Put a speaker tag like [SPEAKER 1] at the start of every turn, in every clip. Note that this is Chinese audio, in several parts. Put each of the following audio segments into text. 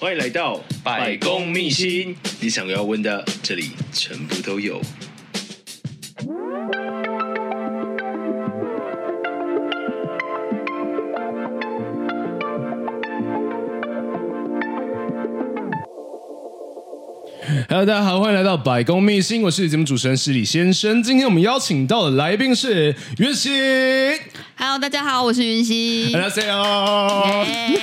[SPEAKER 1] 欢迎来到
[SPEAKER 2] 百公秘
[SPEAKER 1] 辛，你想要问的，这里全部都有。
[SPEAKER 2] Hello，大家好，欢迎来到百公秘辛，我是节目主持人施礼先生。今天我们邀请到的来宾是袁熙，
[SPEAKER 3] Hello，大家好，我是云溪。
[SPEAKER 2] 大家好。
[SPEAKER 3] 耶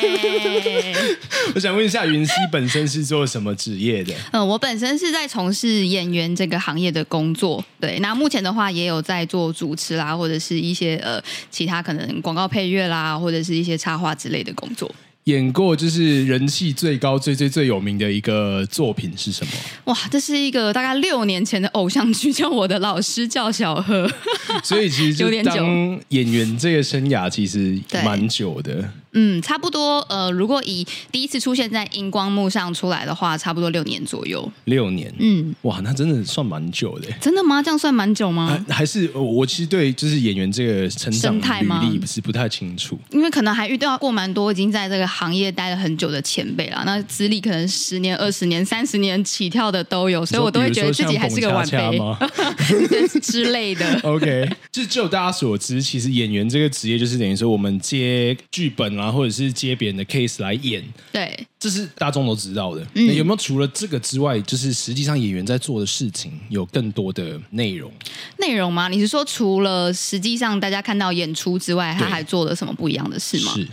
[SPEAKER 2] 我想问一下，云熙本身是做什么职业的？
[SPEAKER 3] 嗯，我本身是在从事演员这个行业的工作，对。那目前的话，也有在做主持啦，或者是一些呃其他可能广告配乐啦，或者是一些插画之类的工作。
[SPEAKER 2] 演过就是人气最高、最最最有名的一个作品是什么？
[SPEAKER 3] 哇，这是一个大概六年前的偶像剧，叫《我的老师叫小何》。
[SPEAKER 2] 所以其实
[SPEAKER 3] 有
[SPEAKER 2] 就
[SPEAKER 3] 点久
[SPEAKER 2] 当演员这个生涯其实
[SPEAKER 3] 对
[SPEAKER 2] 蛮久的。
[SPEAKER 3] 嗯，差不多呃，如果以第一次出现在荧光幕上出来的话，差不多六年左右。
[SPEAKER 2] 六年，
[SPEAKER 3] 嗯，
[SPEAKER 2] 哇，那真的算蛮久的。
[SPEAKER 3] 真的吗？这样算蛮久吗？
[SPEAKER 2] 还还是我我其实对就是演员这个成长
[SPEAKER 3] 嗯生态吗
[SPEAKER 2] 履历是不太清楚。
[SPEAKER 3] 因为可能还遇到过蛮多已经在这个行业待了很久的前辈啦，那资历可能十年、二十年、三十年起跳的都有，所以我都会觉得自己还是个晚
[SPEAKER 2] 比如说
[SPEAKER 3] 辈
[SPEAKER 2] 像冯恰恰吗
[SPEAKER 3] 之类的。
[SPEAKER 2] OK，就就大家所知，其实演员这个职业就是等于说我们接剧本啊，或者是接别人的 case 来演，
[SPEAKER 3] 对，
[SPEAKER 2] 这是大众都知道的。
[SPEAKER 3] 嗯
[SPEAKER 2] 那有没有除了这个之外，就是实际上演员在做的事情有更多的内容？
[SPEAKER 3] 内容吗？你是说除了实际上大家看到演出之外，他
[SPEAKER 2] 对
[SPEAKER 3] 还做了什么不一样的事吗？
[SPEAKER 2] 是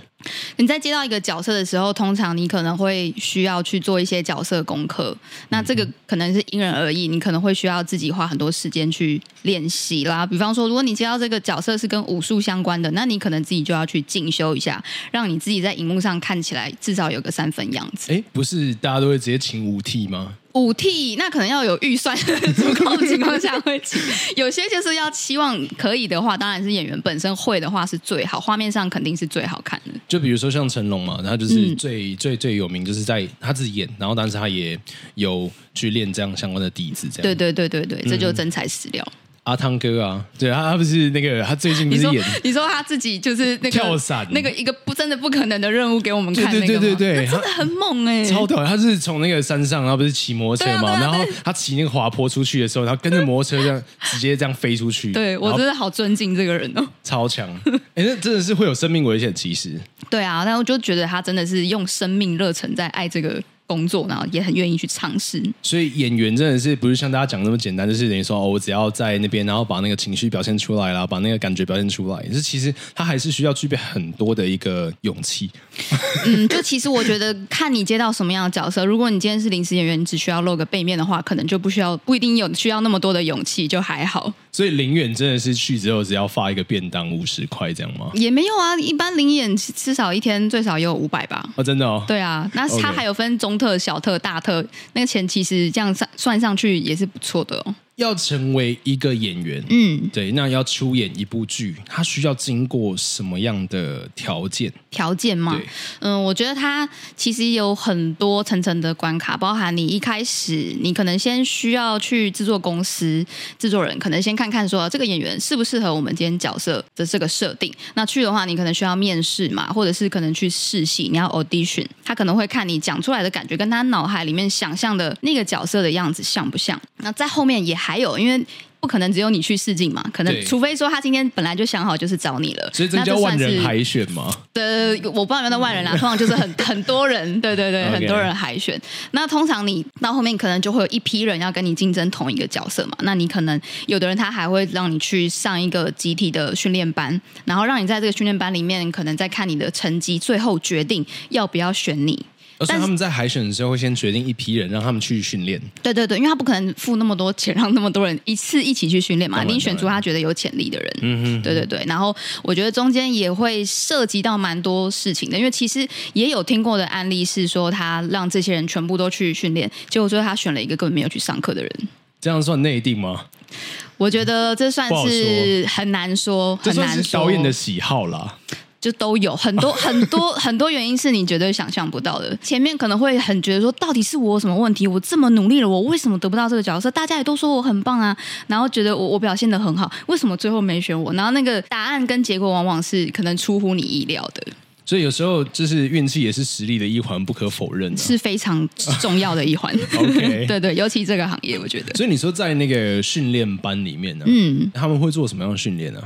[SPEAKER 3] 你在接到一个角色的时候，通常你可能会需要去做一些角色功课。那这个可能是因人而异，你可能会需要自己花很多时间去练习啦。比方说，如果你接到这个角色是跟武术相关的，那你可能自己就要去进修一下，让你自己在荧幕上看起来至少有个三分样 子。
[SPEAKER 2] 哎，不是大家都会直接请舞替吗？
[SPEAKER 3] 舞替那可能要有预算足够的情况下会请，有些就是要期望可以的话，当然是演员本身会的话是最好，画面上肯定是最好看的。
[SPEAKER 2] 就比如说像成龙嘛，他就是
[SPEAKER 3] 嗯
[SPEAKER 2] 最、最最有名，就是在他自己演，然后但是他也有去练这样相关的底子，这样。
[SPEAKER 3] 对对对对对，这就是真材实料。
[SPEAKER 2] 阿汤哥啊，对他他不是那个他最近不
[SPEAKER 3] 你
[SPEAKER 2] 是
[SPEAKER 3] 说
[SPEAKER 2] 演。
[SPEAKER 3] 你说他自己就是那个
[SPEAKER 2] 跳伞
[SPEAKER 3] 那个一个不真的不可能的任务给我们
[SPEAKER 2] 对
[SPEAKER 3] 看那个
[SPEAKER 2] 对
[SPEAKER 3] 吗，
[SPEAKER 2] 对对对，
[SPEAKER 3] 真
[SPEAKER 2] 他
[SPEAKER 3] 的很猛哎、
[SPEAKER 2] 超屌！他是从那个山上，然后不是骑摩托车嘛，
[SPEAKER 3] 对啊对啊
[SPEAKER 2] 然后他骑那个滑坡出去的时候，然后跟着摩托车这样直接这样飞出去，
[SPEAKER 3] 对我
[SPEAKER 2] 然后
[SPEAKER 3] 真的好尊敬这个人哦。
[SPEAKER 2] 超强！ 哎，那真的是会有生命危险，其实
[SPEAKER 3] 对啊，但我就觉得他真的是用生命热忱在爱这个工作，然后也很愿意去尝试。
[SPEAKER 2] 所以演员真的是不是像大家讲那么简单，就是等于说哦，我只要在那边，然后把那个情绪表现出来啦，把那个感觉表现出来，就是其实他还是需要具备很多的一个勇气。
[SPEAKER 3] 嗯，就其实我觉得看你接到什么样的角色，如果你今天是临时演员，你只需要露个背面的话，可能就不需要不一定有需要那么多的勇气，就还好。
[SPEAKER 2] 所以林远真的是去之后只要发一个便当五十块这样吗？
[SPEAKER 3] 也没有啊，一般临演至少一天最少也有五百吧。
[SPEAKER 2] 哦，真的哦，
[SPEAKER 3] 对啊，那
[SPEAKER 2] OK
[SPEAKER 3] 它还有分中特、小特、大特，那个钱其实这样算算上去也是不错的哦。
[SPEAKER 2] 要成为一个演员，
[SPEAKER 3] 嗯，
[SPEAKER 2] 对，那要出演一部剧，它需要经过什么样的条件？
[SPEAKER 3] 条件嘛
[SPEAKER 2] 对，
[SPEAKER 3] 嗯，我觉得它其实有很多层层的关卡，包含你一开始你可能先需要去制作公司、制作人，可能先看看说这个演员适不适合我们今天角色的这个设定。那去的话，你可能需要面试嘛，或者是可能去试戏，你要 audition，他可能会看你讲出来的感觉跟他脑海里面想象的那个角色的样子像不像。那在后面也还有，因为。不可能只有你去试镜嘛？可
[SPEAKER 2] 对
[SPEAKER 3] 能除非说他今天本来就想好就是找你了，
[SPEAKER 2] 所以这
[SPEAKER 3] 那
[SPEAKER 2] 叫万
[SPEAKER 3] 算是
[SPEAKER 2] 人海选吗？
[SPEAKER 3] 的，我不知道有没有到万人啦，通常就是很 很多人，对对对
[SPEAKER 2] OK
[SPEAKER 3] 很多人海选。那通常你到后面可能就会有一批人要跟你竞争同一个角色嘛，那你可能有的人他还会让你去上一个集体的训练班，然后让你在这个训练班里面，可能再看你的成绩，最后决定要不要选你。
[SPEAKER 2] 而且
[SPEAKER 3] 但是
[SPEAKER 2] 他们在海选的时候会先决定一批人，让他们去训练。
[SPEAKER 3] 对对对，因为他不可能付那么多钱让那么多人一次一起去训练嘛，
[SPEAKER 2] 当然
[SPEAKER 3] 一定选出
[SPEAKER 2] 当
[SPEAKER 3] 他觉得有潜力的人。
[SPEAKER 2] 嗯
[SPEAKER 3] 对对对，然后我觉得中间也会涉及到蛮多事情的，因为其实也有听过的案例是说，他让这些人全部都去训练，结果最后他选了一个根本没有去上课的人。
[SPEAKER 2] 这样算内定吗？
[SPEAKER 3] 我觉得这算
[SPEAKER 2] 不好
[SPEAKER 3] 是
[SPEAKER 2] 说
[SPEAKER 3] 很难说，
[SPEAKER 2] 这
[SPEAKER 3] 很
[SPEAKER 2] 算
[SPEAKER 3] 难
[SPEAKER 2] 是
[SPEAKER 3] 说。
[SPEAKER 2] 导演的喜好啦。
[SPEAKER 3] 就都有很多很多很多原因是你绝对想象不到的。前面可能会很觉得说，到底是我有什么问题？我这么努力了，我为什么得不到这个角色？大家也都说我很棒啊，然后觉得我我表现的很好，为什么最后没选我？然后那个答案跟结果往往是可能出乎你意料的。
[SPEAKER 2] 所以有时候就是运气也是实力的一环，不可否认、啊。
[SPEAKER 3] 是非常重要的一环。
[SPEAKER 2] OK
[SPEAKER 3] 对对，尤其这个行业，我觉得
[SPEAKER 2] 所以你说在那个训练班里面呢、
[SPEAKER 3] 嗯，
[SPEAKER 2] 他们会做什么样的训练呢、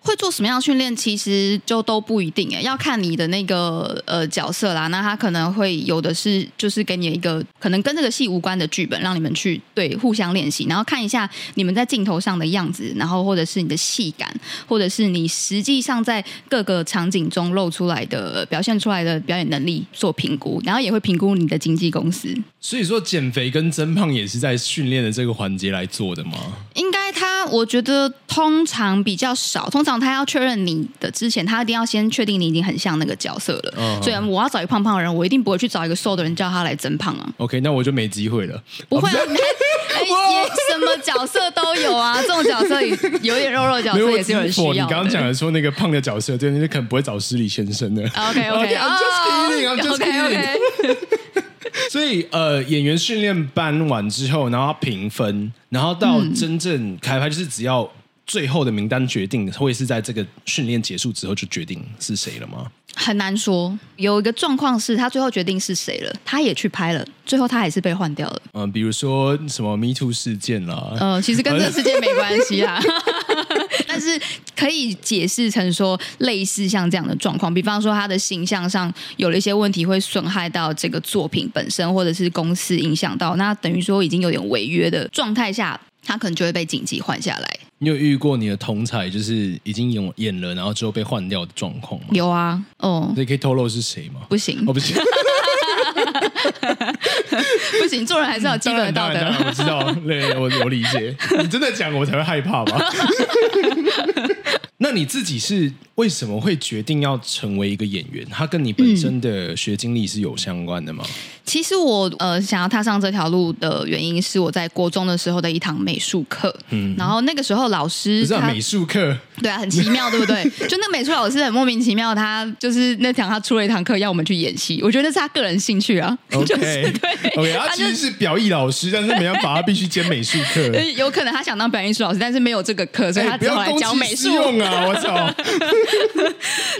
[SPEAKER 3] 会做什么样的训练，其实就都不一定哎，要看你的那个呃角色啦。那他可能会有的是，就是给你一个可能跟这个戏无关的剧本，让你们去对互相练习，然后看一下你们在镜头上的样子，然后或者是你的戏感，或者是你实际上在各个场景中露出来的、表现出来的表演能力做评估，然后也会评估你的经纪公司。
[SPEAKER 2] 所以说减肥跟增胖也是在训练的这个环节来做的吗？
[SPEAKER 3] 应该他，我觉得通常比较少。通常他要确认你的之前，他一定要先确定你已经很像那个角色了。
[SPEAKER 2] 嗯
[SPEAKER 3] 所以我要找一个胖胖的人，我一定不会去找一个瘦的人叫他来增胖啊，
[SPEAKER 2] OK，那我就没机会了。
[SPEAKER 3] 不会啊。
[SPEAKER 2] 啊
[SPEAKER 3] 你还哎也什么角色都有啊，这种角色也有点肉肉的角
[SPEAKER 2] 没
[SPEAKER 3] 色
[SPEAKER 2] 有，
[SPEAKER 3] 也是有人需
[SPEAKER 2] 我
[SPEAKER 3] 要
[SPEAKER 2] 只是否
[SPEAKER 3] 的。
[SPEAKER 2] 你刚刚讲的说那个胖的角色，对，那就可能不会找施礼先生的。
[SPEAKER 3] OK OK
[SPEAKER 2] I'm
[SPEAKER 3] 啊
[SPEAKER 2] just kidding, I'm just
[SPEAKER 3] OK OK，
[SPEAKER 2] 所以呃，演员训练班完之后，然后评分，然后到真正开拍，就是只要最后的名单决定，会是在这个训练结束之后就决定是谁了吗？
[SPEAKER 3] 很难说。有一个状况是他最后决定是谁了，他也去拍了，最后他还是被换掉了。
[SPEAKER 2] 嗯、比如说什么 Me Too 事件啊啦，
[SPEAKER 3] 呃，其实跟这个世界没关系 啦，但是可以解释成说类似像这样的状况，比方说他的形象上有了一些问题，会损害到这个作品本身，或者是公司影响到，那等于说已经有点违约的状态下，他可能就会被紧急换下来。
[SPEAKER 2] 你有遇过你的同才就是已经演演了，然后之后被换掉的状况吗？
[SPEAKER 3] 有啊，哦，
[SPEAKER 2] 你可以透露是谁吗？
[SPEAKER 3] 不行
[SPEAKER 2] 哦，不行，
[SPEAKER 3] 不行，做人还是要有基本的
[SPEAKER 2] 当
[SPEAKER 3] 道
[SPEAKER 2] 然当然
[SPEAKER 3] 德。
[SPEAKER 2] 我知道，对，我 我理解。你真的讲，我才会害怕吧？ 那你自己是为什么会决定要成为一个演员？它跟你本身的学经历是有相关的吗？
[SPEAKER 3] 其实我呃想要踏上这条路的原因，是我在国中的时候的一堂美术课，然后那个时候老
[SPEAKER 2] 嗯不
[SPEAKER 3] 师
[SPEAKER 2] 是、啊、
[SPEAKER 3] 他
[SPEAKER 2] 美术 课，
[SPEAKER 3] 对啊，很奇妙，对 不对？就那美术老师很莫名其妙，他就是那堂他出了一堂课要我们去演戏，我觉得那是他个人兴趣啊
[SPEAKER 2] OK
[SPEAKER 3] 就是对
[SPEAKER 2] OK，他
[SPEAKER 3] 他
[SPEAKER 2] 其
[SPEAKER 3] 就
[SPEAKER 2] 实是表意老师，但是没办法，他必须兼美术 课。
[SPEAKER 3] 呃有可能他想当表演艺术老师，但是没有这个课，所以他
[SPEAKER 2] 哎不
[SPEAKER 3] 只好
[SPEAKER 2] 要
[SPEAKER 3] 来
[SPEAKER 2] 攻
[SPEAKER 3] 教美
[SPEAKER 2] 击私
[SPEAKER 3] 术。
[SPEAKER 2] 用啊！我操，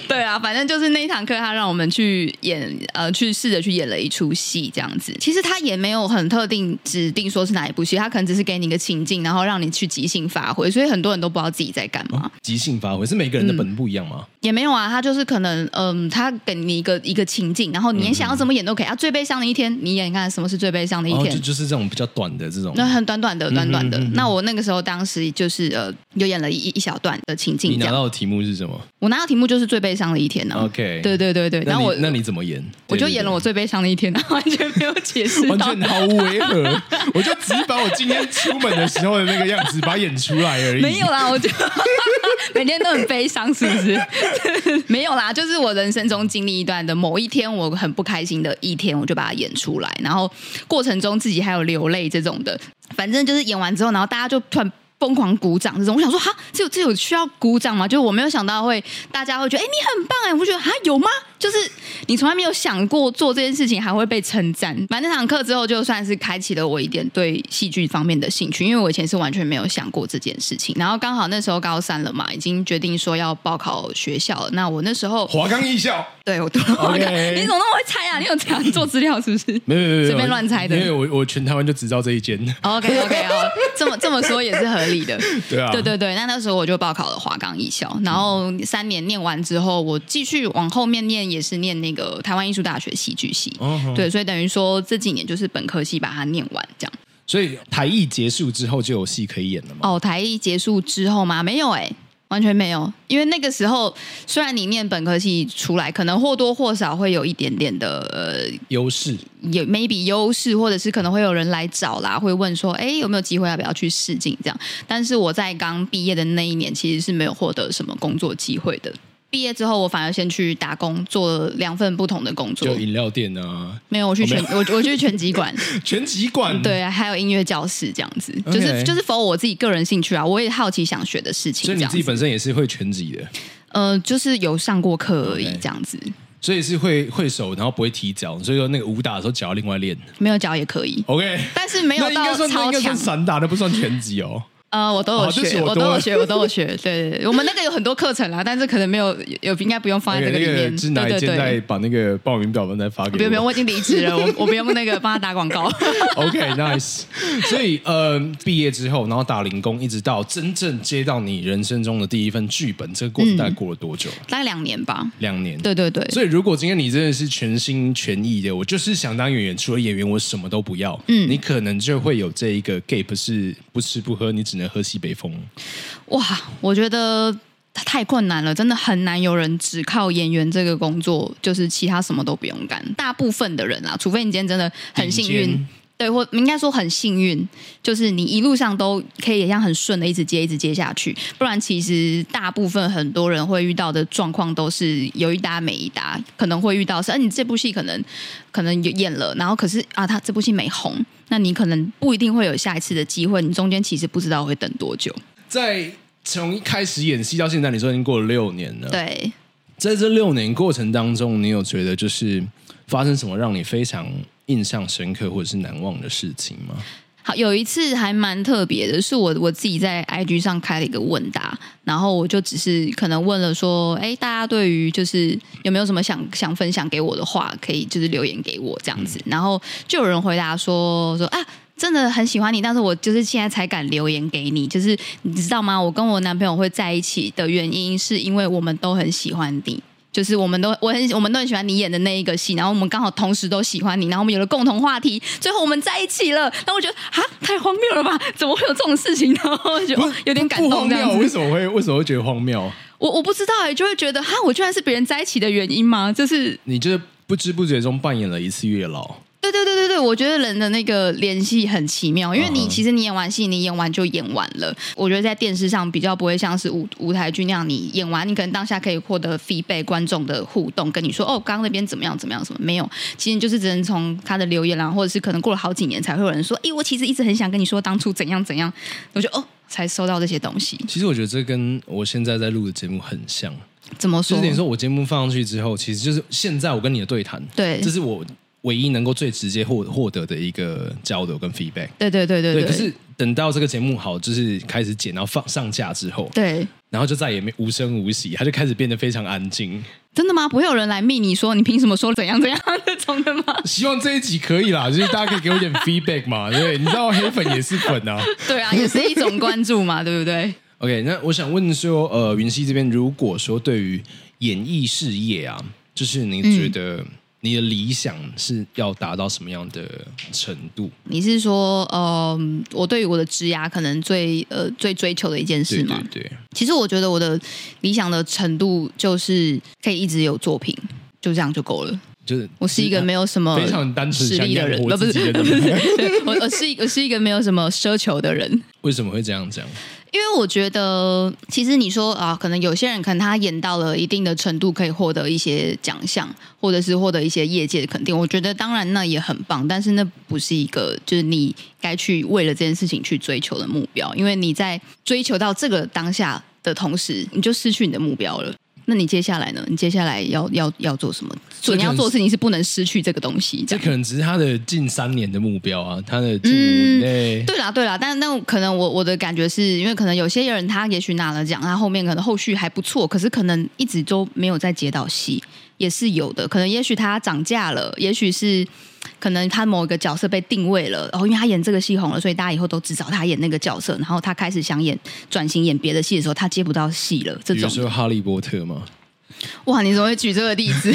[SPEAKER 3] 对啊，反正就是那一堂课，他让我们去演，呃，去试着去演了一出戏这样子。其实他也没有很特定指定说是哪一部戏，他可能只是给你一个情境，然后让你去即兴发挥，所以很多人都不知道自己在干嘛。
[SPEAKER 2] 即兴发挥是每个人的本不一样吗？
[SPEAKER 3] 也没有啊，他就是可能，嗯，他给你一个一个情境，然后你想要怎么演都可以。啊，最悲伤的一天，你演看什么是最悲伤的一
[SPEAKER 2] 然后嗯
[SPEAKER 3] 天
[SPEAKER 2] 哦就。就是这种比较短的这种。
[SPEAKER 3] 嗯那很短短的，短短的。
[SPEAKER 2] 嗯哼嗯哼
[SPEAKER 3] 那我那个时候当时就是呃，有演了一一小段的情境
[SPEAKER 2] 你
[SPEAKER 3] 这
[SPEAKER 2] 拿
[SPEAKER 3] 样。
[SPEAKER 2] 到的题目是什么
[SPEAKER 3] 我拿到题目就是最悲伤的一天呢、啊
[SPEAKER 2] ？OK，
[SPEAKER 3] 对对对对，
[SPEAKER 2] 那
[SPEAKER 3] 然后
[SPEAKER 2] 你
[SPEAKER 3] 我
[SPEAKER 2] 那你怎么演？
[SPEAKER 3] 我就
[SPEAKER 2] 对对
[SPEAKER 3] 演了
[SPEAKER 2] 对
[SPEAKER 3] 我最悲伤的一天，然后完全没有解释
[SPEAKER 2] 完
[SPEAKER 3] 到。
[SPEAKER 2] 全毫无违和，我就只把我今天出门的时候的那个样子把它演出来而已。
[SPEAKER 3] 没有啦，我就 每天都很悲伤，是不 是？没有啦，就是我人生中经历一段的某一天，我很不开心的一天，我就把它演出来，然后过程中自己还有流泪这种的，反正就是演完之后，然后大家就突然。疯狂鼓掌这种，我想说哈，这有这有需要鼓掌吗？就是我没有想到会大家会觉得，哎、你很棒哎、我觉得哈有吗？就是你从来没有想过做这件事情还会被称赞。反正那堂课之后，就算是开启了我一点对戏剧方面的兴趣，因为我以前是完全没有想过这件事情。然后刚好那时候高三了嘛，已经决定说要报考学校了。那我那时候
[SPEAKER 2] 华冈艺校，
[SPEAKER 3] 对我读了华冈
[SPEAKER 2] OK
[SPEAKER 3] 你怎么那么会猜啊？你有这样做资料是不是？
[SPEAKER 2] 没有没有没有
[SPEAKER 3] 随便乱猜的
[SPEAKER 2] 因为我我全台湾就只知道这一间，
[SPEAKER 3] OK OK，好，这么这么说也是合理的。
[SPEAKER 2] 对啊，嗯
[SPEAKER 3] 对对对，那那时候我就报考了华冈艺校，然后三年念完之后，我继续往后面念也是念那个台湾艺术大学戏剧系，
[SPEAKER 2] 哦吼
[SPEAKER 3] 对，所以等于说这几年就是本科系把它念完这样。
[SPEAKER 2] 所以台艺结束之后就有戏可以演了嘛。
[SPEAKER 3] 哦，台艺结束之后吗？没有哎、完全没有，因为那个时候虽然你念本科系出来，可能或多或少会有一点点的呃
[SPEAKER 2] 优势
[SPEAKER 3] 有 maybe 优势，或者是可能会有人来找啦，会问说，哎，有没有机会要不要去试镜这样？但是我在刚毕业的那一年，其实是没有获得什么工作机会的。毕业之后，我反而先去打工，做了两份不同的工作
[SPEAKER 2] 就。饮料店啊，
[SPEAKER 3] 没有，我去
[SPEAKER 2] 哦没
[SPEAKER 3] 拳，我我去拳击 馆，
[SPEAKER 2] 拳击馆，
[SPEAKER 3] 对，还有音乐教室这样子，
[SPEAKER 2] OK
[SPEAKER 3] 就是就是否我自己个人兴趣啊，我也好奇想学的事情
[SPEAKER 2] 所以
[SPEAKER 3] 这
[SPEAKER 2] 你
[SPEAKER 3] 样
[SPEAKER 2] 自己
[SPEAKER 3] 子。
[SPEAKER 2] 本身也是会拳击的，
[SPEAKER 3] 呃，就是有上过课而已
[SPEAKER 2] OK
[SPEAKER 3] 这样子，
[SPEAKER 2] 所以是会会手，然后不会踢脚，所以说那个武打的时候脚要另外练。
[SPEAKER 3] 没有教也可以，
[SPEAKER 2] OK，
[SPEAKER 3] 但是没有
[SPEAKER 2] 那应该
[SPEAKER 3] 到
[SPEAKER 2] 算那
[SPEAKER 3] 超
[SPEAKER 2] 应该算
[SPEAKER 3] 强。
[SPEAKER 2] 散打，那不算拳击哦。
[SPEAKER 3] 呃，我都有
[SPEAKER 2] 哦对不
[SPEAKER 3] 学，
[SPEAKER 2] 起我
[SPEAKER 3] 我
[SPEAKER 2] 多
[SPEAKER 3] 都有
[SPEAKER 2] 了
[SPEAKER 3] 学，我都有学。对对对，我们那个有很多课程啦，但是可能没有有应该不用放在
[SPEAKER 2] 那
[SPEAKER 3] 这
[SPEAKER 2] 个
[SPEAKER 3] 里
[SPEAKER 2] 那个
[SPEAKER 3] 面。
[SPEAKER 2] 是哪一
[SPEAKER 3] 对对
[SPEAKER 2] 件再
[SPEAKER 3] 对，
[SPEAKER 2] 把那个报名表单再发给我？
[SPEAKER 3] 不用不用，我已经离职 了，我我不用那个帮他打广告。
[SPEAKER 2] OK，nice、所以，呃，毕业之后，然后打零工，一直到真正接到你人生中的第一份剧本，这个过程大概过了多久啊？
[SPEAKER 3] 大概两年吧。
[SPEAKER 2] 两年。
[SPEAKER 3] 对对对，
[SPEAKER 2] 所以，如果今天你真的是全心全意的，我就是想当演员，除了演员我什么都不要，嗯，你可能就会有这一个 gap，是不吃不喝，你只能喝西北风。
[SPEAKER 3] 哇，我觉得太困难了，真的很难有人只靠演员这个工作，就是其他什么都不用干。大部分的人啊，除非你今天真的很幸
[SPEAKER 2] 顶
[SPEAKER 3] 运
[SPEAKER 2] 尖，
[SPEAKER 3] 对，或应该说很幸运，就是你一路上都可以像很顺的一直接一直接下去。不然，其实大部分很多人会遇到的状况都是有一搭没一搭，可能会遇到是，哎、你这部戏可能可能演了，然后可是啊，他这部戏没红，那你可能不一定会有下一次的机会，你中间其实不知道会等多久。
[SPEAKER 2] 在从一开始演戏到现在，你说已经过了六年了，
[SPEAKER 3] 对。
[SPEAKER 2] 在这六年过程当中，你有觉得就是发生什么让你非常印象深刻或者是难忘的事情吗？
[SPEAKER 3] 好，有一次还蛮特别的，是我我自己在 IG 上开了一个问答，然后我就只是可能问了说，哎，大家对于就是有没有什么想想分享给我的话，可以就是留言给我这样子，然后就有人回答说说啊。真的很喜欢你，但是我就是现在才敢留言给你，就是你知道吗？我跟我男朋友会在一起的原因，是因为我们都很喜欢你，就是我们都我很我们都很喜欢你演的那一个戏，然后我们刚好同时都喜欢你，然后我们有了共同话题，最后我们在一起了。然后我觉得啊，太荒谬了吧？怎么会有这种事情？ 然后我就
[SPEAKER 2] 不
[SPEAKER 3] 哦有点感
[SPEAKER 2] 不
[SPEAKER 3] 动这
[SPEAKER 2] 荒
[SPEAKER 3] 样
[SPEAKER 2] 谬，为
[SPEAKER 3] 子。
[SPEAKER 2] 什么会为什么会觉得荒谬？
[SPEAKER 3] 我我不知道哎、就会觉得哈，我居然是别人在一起的原因吗？就是
[SPEAKER 2] 你就是不知不觉中扮演了一次月老，
[SPEAKER 3] 对对对对对，我觉得人的那个联系很奇妙，因为
[SPEAKER 2] 嗯
[SPEAKER 3] 你
[SPEAKER 2] 哼
[SPEAKER 3] 其实你演完戏，你演完就演完了。我觉得在电视上比较不会像是舞舞台剧那样，你演完你可能当下可以获得 feedback 观众的互动，跟你说哦，刚刚那边怎么样怎么样什么没有，其实你就是只能从他的留言啊啦，或者是可能过了好几年才会有人说，诶，我其实一直很想跟你说当初怎样怎样，我就哦才收到这些东西，
[SPEAKER 2] 其实我觉得这跟我现在在录的节目很像，
[SPEAKER 3] 怎么
[SPEAKER 2] 就
[SPEAKER 3] 说？
[SPEAKER 2] 是你说我节目放上去之后，其实就是现在我跟你的对谈，
[SPEAKER 3] 对
[SPEAKER 2] 这是我唯一能够最直接获获得的一个交流跟 feedback。
[SPEAKER 3] 对对对对
[SPEAKER 2] 对，可是等到这个节目好，就是开始剪，然后放上架之后，
[SPEAKER 3] 对。
[SPEAKER 2] 然后就再也没无声无息，它就开始变得非常安静。
[SPEAKER 3] 真的吗？不会有人来密你说你凭什么说怎样怎 样那种的吗？
[SPEAKER 2] 希望这一集可以啦，就是大家可以给我一点 feedback 嘛，对不对？你知道黑粉也是粉啊。
[SPEAKER 3] 对 啊，也是一种关注 嘛，对不对？
[SPEAKER 2] OK，那我想问说，呃，云溪这边，如果说对于演艺事业啊，就是你觉得
[SPEAKER 3] 嗯
[SPEAKER 2] 你的理想是要达到什么样的程度？
[SPEAKER 3] 你是说，呃，我对于我的职涯可能最呃最追求的一件事
[SPEAKER 2] 对
[SPEAKER 3] 吗？
[SPEAKER 2] 对对，
[SPEAKER 3] 其实我觉得我的理想的程度就是可以一直有作品，就这样就够了。
[SPEAKER 2] 就是啊
[SPEAKER 3] 我是一个没有什么
[SPEAKER 2] 非常单纯
[SPEAKER 3] 实力的人，
[SPEAKER 2] 想养活
[SPEAKER 3] 不是
[SPEAKER 2] 自己的
[SPEAKER 3] 不
[SPEAKER 2] 人
[SPEAKER 3] 是， 对我我是一我是一个没有什么奢求的人。
[SPEAKER 2] 为什么会这样讲？
[SPEAKER 3] 因为我觉得，其实你说啊，可能有些人可能他演到了一定的程度，可以获得一些奖项，或者是获得一些业界的肯定。我觉得当然那也很棒，但是那不是一个就是你该去为了这件事情去追求的目标，因为你在追求到这个当下的同时，你就失去你的目标了。那你接下来呢？你接下来要要要做什么？
[SPEAKER 2] 这可能
[SPEAKER 3] 所以你要做的事情是不能失去这个东西。这
[SPEAKER 2] 这
[SPEAKER 3] 样
[SPEAKER 2] 可能只是他的近三年的目标啊，他的近
[SPEAKER 3] 嗯
[SPEAKER 2] 五年、
[SPEAKER 3] 对啦，对啦，但但可能我我的感觉是因为可能有些人他也许拿了奖，他后面可能后续还不错，可是可能一直都没有再接到戏，也是有的。可能也许他涨价了，也许是可能他某一个角色被定位了，然、哦后因为他演这个戏红了，所以大家以后都只找他演那个角色。然后他开始想演转型演别的戏的时候，他接不到戏了。这
[SPEAKER 2] 比如
[SPEAKER 3] 种
[SPEAKER 2] 说《哈利波特》嘛，
[SPEAKER 3] 哇，你怎么会举这个例 子？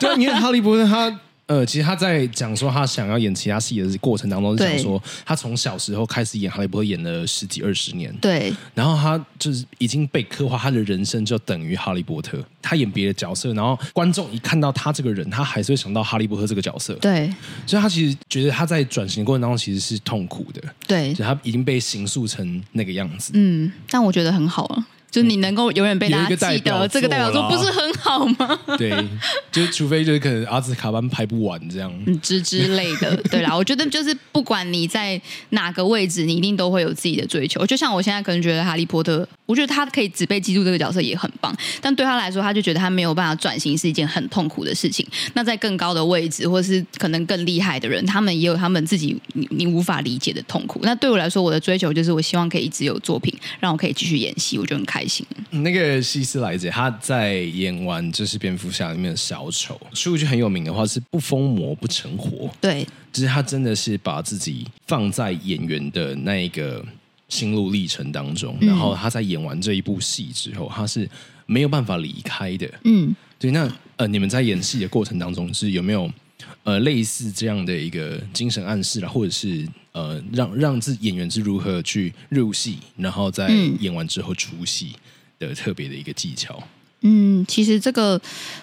[SPEAKER 2] 对啊，因为《哈利波特》他。呃，其实他在讲说他想要演其他戏的过程当中，是
[SPEAKER 3] 对
[SPEAKER 2] 讲说他从小时候开始演《哈利波特》，演了十几二十年，
[SPEAKER 3] 对
[SPEAKER 2] 然后他就是已经被刻画，他的人生就等于《哈利波特》。他演别的角色，然后观众一看到他这个人，他还是会想到《哈利波特》这个角色。
[SPEAKER 3] 对
[SPEAKER 2] 所以他其实觉得他在转型过程当中其实是痛苦的，
[SPEAKER 3] 对
[SPEAKER 2] 就，他已经被形塑成那个样子。
[SPEAKER 3] 嗯，但我觉得很好啊。就是你能够永远被
[SPEAKER 2] 有一
[SPEAKER 3] 大
[SPEAKER 2] 个
[SPEAKER 3] 家
[SPEAKER 2] 代
[SPEAKER 3] 记
[SPEAKER 2] 表
[SPEAKER 3] 得，这个代表
[SPEAKER 2] 作
[SPEAKER 3] 作
[SPEAKER 2] 啦
[SPEAKER 3] 不是很好吗？
[SPEAKER 2] 对，就是除非就是可能阿兹卡班拍不完这样。
[SPEAKER 3] 嗯之之类 的，对啦，我觉得就是不管你在哪个位置，你一定都会有自己的追求。就像我现在可能觉得《哈利波特》我觉得他可以只被记住这个角色也很棒，但对他来说，他就觉得他没有办法转型是一件很痛苦的事情。那在更高的位置，或是可能更厉害的人，他们也有他们自己你你无法理解的痛苦。那对我来说，我的追求就是我希望可以一直有作品，让我可以继续演戏，我就很开心。
[SPEAKER 2] 那个希斯莱杰，他在演完就是蝙蝠侠里面的小丑，说一句很有名的话是“不疯魔不成活
[SPEAKER 3] 对，”，
[SPEAKER 2] 就是他真的是把自己放在演员的那一个心路历程当中，然后他在演完这一部戏之后，他是没有办法离开的。
[SPEAKER 3] 嗯，
[SPEAKER 2] 对，那呃，你们在演戏的过程当中是有没有呃类似这样的一个精神暗示啦，或者是呃让让自演员是如何去入戏，然后在
[SPEAKER 3] 嗯
[SPEAKER 2] 演完之后出戏的特别的一个技巧？
[SPEAKER 3] 嗯，其实这个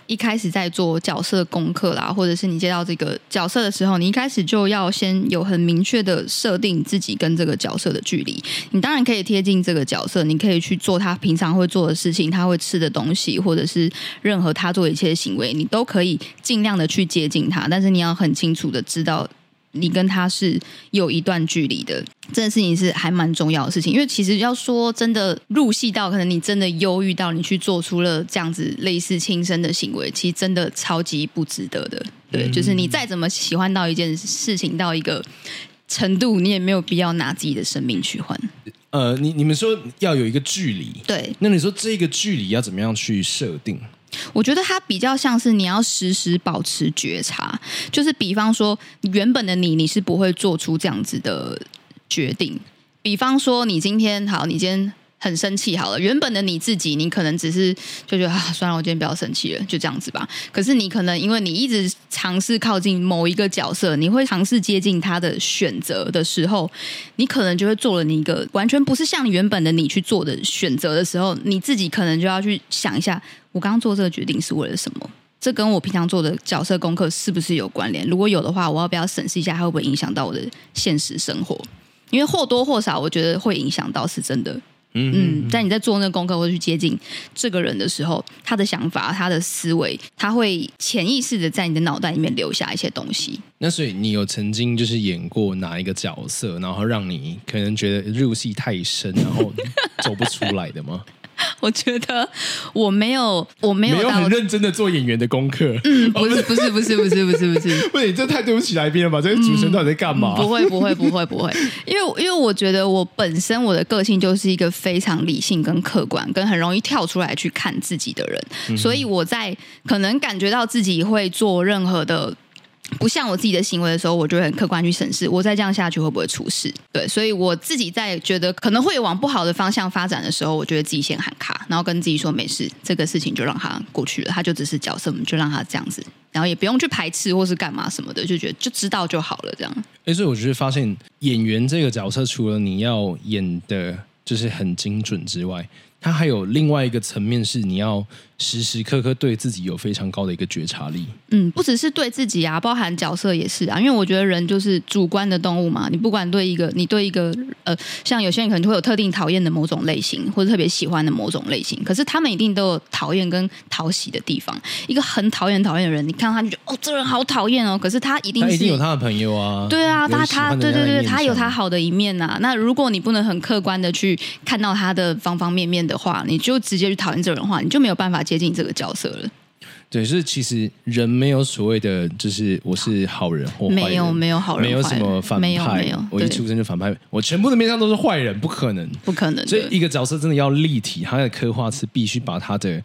[SPEAKER 3] 一开始在做角色功课啦，或者是你接到这个角色的时候，你一开始就要先有很明确的设定自己跟这个角色的距离。你当然可以贴近这个角色，你可以去做他平常会做的事情，他会吃的东西，或者是任何他做的一切行为，你都可以尽量的去接近他，但是你要很清楚的知道。你跟他是有一段距离的，这件事情是还蛮重要的事情，因为其实要说真的入戏到，可能你真的忧郁到，你去做出了这样子类似轻生的行为，其实真的超级不值得的。对，就是你再怎么喜欢到一件事情到一个程度，你也没有必要拿自己的生命去换。
[SPEAKER 2] 呃，你你们说要有一个距离，
[SPEAKER 3] 对，
[SPEAKER 2] 那你说这个距离要怎么样去设定？
[SPEAKER 3] 我觉得它比较像是你要时时保持觉察，就是比方说原本的你，你是不会做出这样子的决定。比方说你今天好，你今天很生气好了，原本的你自己，你可能只是就觉得啊，算了，我今天不要生气了，就这样子吧。可是你可能因为你一直尝试靠近某一个角色，你会尝试接近他的选择的时候，你可能就会做了你一个完全不是像原本的你去做的选择的时候，你自己可能就要去想一下，我刚刚做这个决定是为了什么？这跟我平常做的角色功课是不是有关联？如果有的话，我要不要审视一下，它会不会影响到我的现实生活？因为或多或少，我觉得会影响到，是真的。嗯，在你在做那个功课或者去接近这个人的时候，他的想法、他的思维，他会潜意识的在你的脑袋里面留下一些东西。
[SPEAKER 2] 那所以你有曾经就是演过哪一个角色，然后让你可能觉得入戏太深，然后走不出来的吗？
[SPEAKER 3] 我觉得我没有，我 没有到
[SPEAKER 2] 很，认真的做演员的功课，
[SPEAKER 3] 嗯， 不是，不是，不是，不是，不是，不是。
[SPEAKER 2] 不是你这太对不起来宾了吧？这些主持人到底在干嘛？
[SPEAKER 3] 嗯不会，不会，不会，不会， 因为因为我觉得我本身我的个性就是一个非常理性跟客观，跟很容易跳出来去看自己的人，
[SPEAKER 2] 嗯
[SPEAKER 3] 所以我在可能感觉到自己会做任何的。不像我自己的行为的时候，我就会很客观去审视，我再这样下去会不会出事？对，所以我自己在觉得可能会往不好的方向发展的时候，我觉得自己先喊卡，然后跟自己说没事，这个事情就让它过去了，它就只是角色，我们就让它这样子，然后也不用去排斥或是干嘛什么的，就觉得就知道就好了，这样。
[SPEAKER 2] 诶所以我就是发现演员这个角色，除了你要演的就是很精准之外，它还有另外一个层面是你要时时刻刻对自己有非常高的一个觉察力。
[SPEAKER 3] 嗯，不只是对自己啊，包含角色也是啊，因为我觉得人就是主观的动物嘛。你不管对一个，你对一个呃，像有些人可能会有特定讨厌的某种类型，或者特别喜欢的某种类型，可是他们一定都有讨厌跟讨喜的地方。一个很讨厌很讨厌的人，你看到他就觉得哦，这人好讨厌哦，可是他一定
[SPEAKER 2] 他
[SPEAKER 3] 是
[SPEAKER 2] 一定有他的朋友啊，
[SPEAKER 3] 对啊，
[SPEAKER 2] 有
[SPEAKER 3] 他
[SPEAKER 2] 喜欢
[SPEAKER 3] 他
[SPEAKER 2] 的
[SPEAKER 3] 对
[SPEAKER 2] 人
[SPEAKER 3] 对
[SPEAKER 2] 在
[SPEAKER 3] 对，
[SPEAKER 2] 面
[SPEAKER 3] 他有
[SPEAKER 2] 上
[SPEAKER 3] 他好的一面呐、那如果你不能很客观的去看到他的方方面面的话，你就直接去讨厌这个人的话，你就没有办法接近这个角色了。
[SPEAKER 2] 对，就是其实人没有所谓的，就是我是好人或坏人，
[SPEAKER 3] 没有没有好人
[SPEAKER 2] 没有什
[SPEAKER 3] 坏
[SPEAKER 2] 么
[SPEAKER 3] 人
[SPEAKER 2] 反派，
[SPEAKER 3] 没有没有
[SPEAKER 2] 我一
[SPEAKER 3] 对
[SPEAKER 2] 出生就反派，我全部的面相都是坏人，不可能。
[SPEAKER 3] 不可能的，
[SPEAKER 2] 所以一个角色真的要立体，他的刻画是必须把他的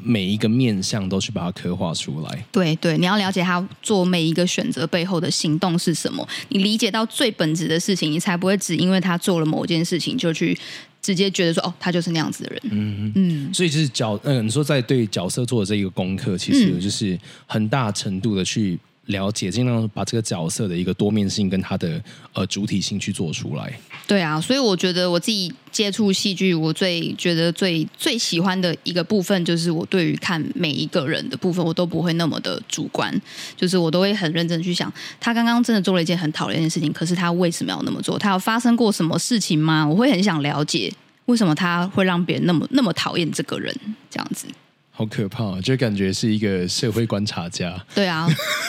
[SPEAKER 2] 每一个面相都去把它刻画出来。
[SPEAKER 3] 对对，你要了解他做每一个选择背后的行动是什么，你理解到最本质的事情，你才不会只因为他做了某件事情就去直接觉得说哦，他就是那样子的人。嗯嗯
[SPEAKER 2] 所以就是角，嗯、你说在对角色做的这一个功课，其
[SPEAKER 3] 嗯
[SPEAKER 2] 实就是很大程度的去了解，尽量把这个角色的一个多面性跟他的呃主体性去做出来。
[SPEAKER 3] 对啊，所以我觉得我自己接触戏剧，我最觉得最最喜欢的一个部分，就是我对于看每一个人的部分，我都不会那么的主观，就是我都会很认真地去想，他刚刚真的做了一件很讨厌的事情，可是他为什么要那么做？他有发生过什么事情吗？我会很想了解。为什么他会让别人那么那么讨厌这个人？这样子，
[SPEAKER 2] 好可怕、啊，就感觉是一个社会观察家。
[SPEAKER 3] 对啊，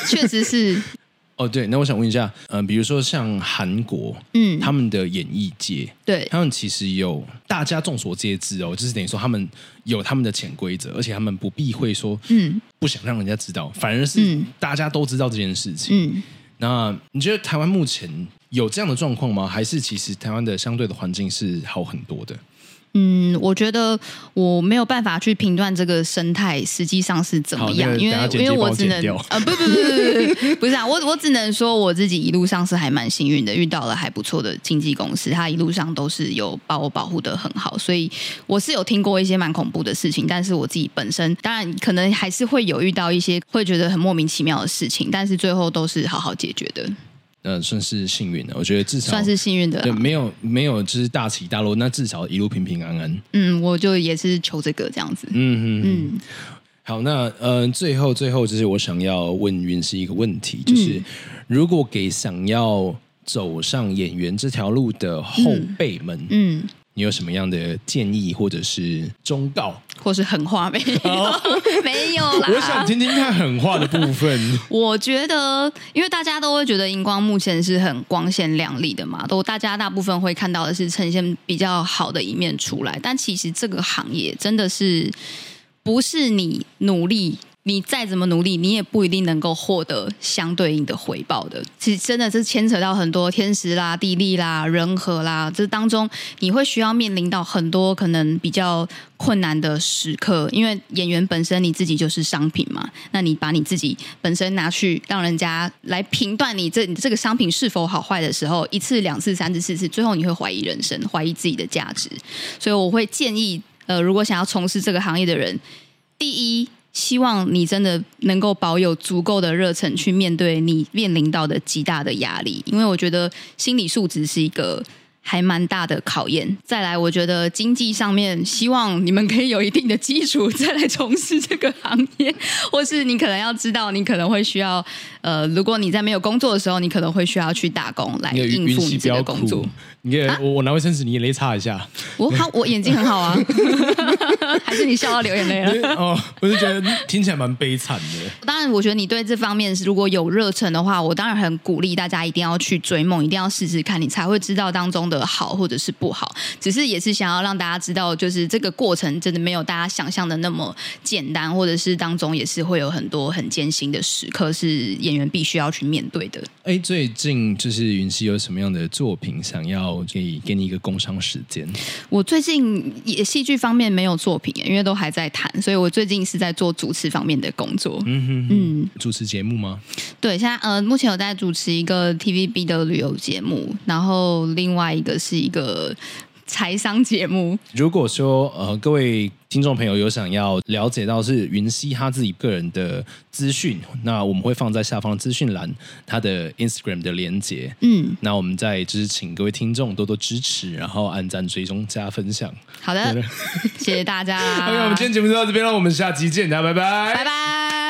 [SPEAKER 3] 确实是
[SPEAKER 2] 哦，对，那我想问一下，嗯、比如说像韩国，
[SPEAKER 3] 嗯
[SPEAKER 2] 他们的演艺界，
[SPEAKER 3] 对，
[SPEAKER 2] 他们其实有大家众所皆知哦，就是等于说他们有他们的潜规则，而且他们不避讳说
[SPEAKER 3] 嗯
[SPEAKER 2] 不想让人家知道，反而是
[SPEAKER 3] 嗯
[SPEAKER 2] 大家都知道这件事情。
[SPEAKER 3] 嗯，
[SPEAKER 2] 那你觉得台湾目前有这样的状况吗？还是其实台湾的相对的环境是好很多的？
[SPEAKER 3] 嗯，我觉得我没有办法去评断这个生态实际上是怎么
[SPEAKER 2] 好
[SPEAKER 3] 样，
[SPEAKER 2] 那个
[SPEAKER 3] 因
[SPEAKER 2] 等下
[SPEAKER 3] 为
[SPEAKER 2] 剪
[SPEAKER 3] 因
[SPEAKER 2] 辑
[SPEAKER 3] 为我
[SPEAKER 2] 帮我
[SPEAKER 3] 只
[SPEAKER 2] 剪
[SPEAKER 3] 能
[SPEAKER 2] 掉
[SPEAKER 3] 呃不不不不不不，不是啊，我我只能说我自己一路上是还蛮幸运的，遇到了还不错的经纪公司，他一路上都是有把我保护的很好，所以我是有听过一些蛮恐怖的事情，但是我自己本身当然可能还是会有遇到一些会觉得很莫名其妙的事情，但是最后都是好好解决的，
[SPEAKER 2] 呃，算是幸运的，我觉得至少
[SPEAKER 3] 算是幸运的
[SPEAKER 2] 对，
[SPEAKER 3] 啦。
[SPEAKER 2] 没有没有就是大起大落，那至少一路平平安安。
[SPEAKER 3] 嗯，我就也是求这个这样子。
[SPEAKER 2] 嗯嗯。
[SPEAKER 3] 嗯
[SPEAKER 2] 好，那呃，最后最后就是我想要问云溪一个问题，就是、
[SPEAKER 3] 嗯
[SPEAKER 2] 如果给想要走上演员这条路的后辈们，
[SPEAKER 3] 嗯，
[SPEAKER 2] 你有什么样的建议或者是忠告？
[SPEAKER 3] 或是狠话没有、哦 没有啦。
[SPEAKER 2] 我想听听看狠话的部 分。
[SPEAKER 3] 我觉得，因为大家都会觉得荧光目前是很光鲜亮丽的嘛，都大家大部分会看到的是呈现比较好的一面出来，但其实这个行业真的是不是你努力。你再怎么努力，你也不一定能够获得相对应的回报的。其实真的是牵扯到很多天时啦、地利啦、人和啦，这当中你会需要面临到很多可能比较困难的时刻，因为演员本身你自己就是商品嘛，那你把你自己本身拿去让人家来评断你这你这个商品是否好坏的时候，一次、两次、三次、四次，最后你会怀疑人生，怀疑自己的价值。所以我会建议，呃，如果想要从事这个行业的人，第一。希望你真的能够保有足够的热忱去面对你面临到的极大的压力，因为我觉得心理素质是一个还蛮大的考验。再来，我觉得经济上面，希望你们可以有一定的基础，再来从事这个行业，或是你可能要知道，你可能会需要，呃，如果你在没有工作的时候，你可能会需要去打工来
[SPEAKER 2] 那个云
[SPEAKER 3] 应
[SPEAKER 2] 云
[SPEAKER 3] 付
[SPEAKER 2] 溪
[SPEAKER 3] 你
[SPEAKER 2] 不
[SPEAKER 3] 这个
[SPEAKER 2] 要
[SPEAKER 3] 工作啊
[SPEAKER 2] 哭。，你给、我我拿卫生纸，你也雷擦一 下。
[SPEAKER 3] 我好，我眼睛很好啊，还是你笑到流眼泪了？
[SPEAKER 2] 哦，我就觉得听起来蛮悲惨的。
[SPEAKER 3] 当然，我觉得你对这方面是如果有热忱的话，我当然很鼓励大家一定要去追梦，一定要试试看，你才会知道当中的好或者是不好。只是也是想要让大家知道，就是这个过程真的没有大家想象的那么简单，或者是当中也是会有很多很艰辛的时刻，是演员必须要去面对的。
[SPEAKER 2] 哎，最近就是云溪有什么样的作品想要给给你一个工商时间？
[SPEAKER 3] 我最近也戏剧方面没有作品，因为都还在谈，所以我最近是在做主持方面的工作。
[SPEAKER 2] 嗯哼
[SPEAKER 3] 嗯，
[SPEAKER 2] 主持节目吗？
[SPEAKER 3] 对，现在呃，目前有在主持一个 TVB 的旅游节目，然后另外一个是一个财商节目。
[SPEAKER 2] 如果说呃，各位听众朋友有想要了解到是云溪他自己个人的资讯，那我们会放在下方资讯栏他的 Instagram 的连接。
[SPEAKER 3] 嗯，
[SPEAKER 2] 那我们再就是请各位听众多多支持，然后按赞、追踪、加分享。
[SPEAKER 3] 好的， 谢谢 大家
[SPEAKER 2] OK，我们今天节目就到这边，让我们下期见，大家拜拜
[SPEAKER 3] 拜拜。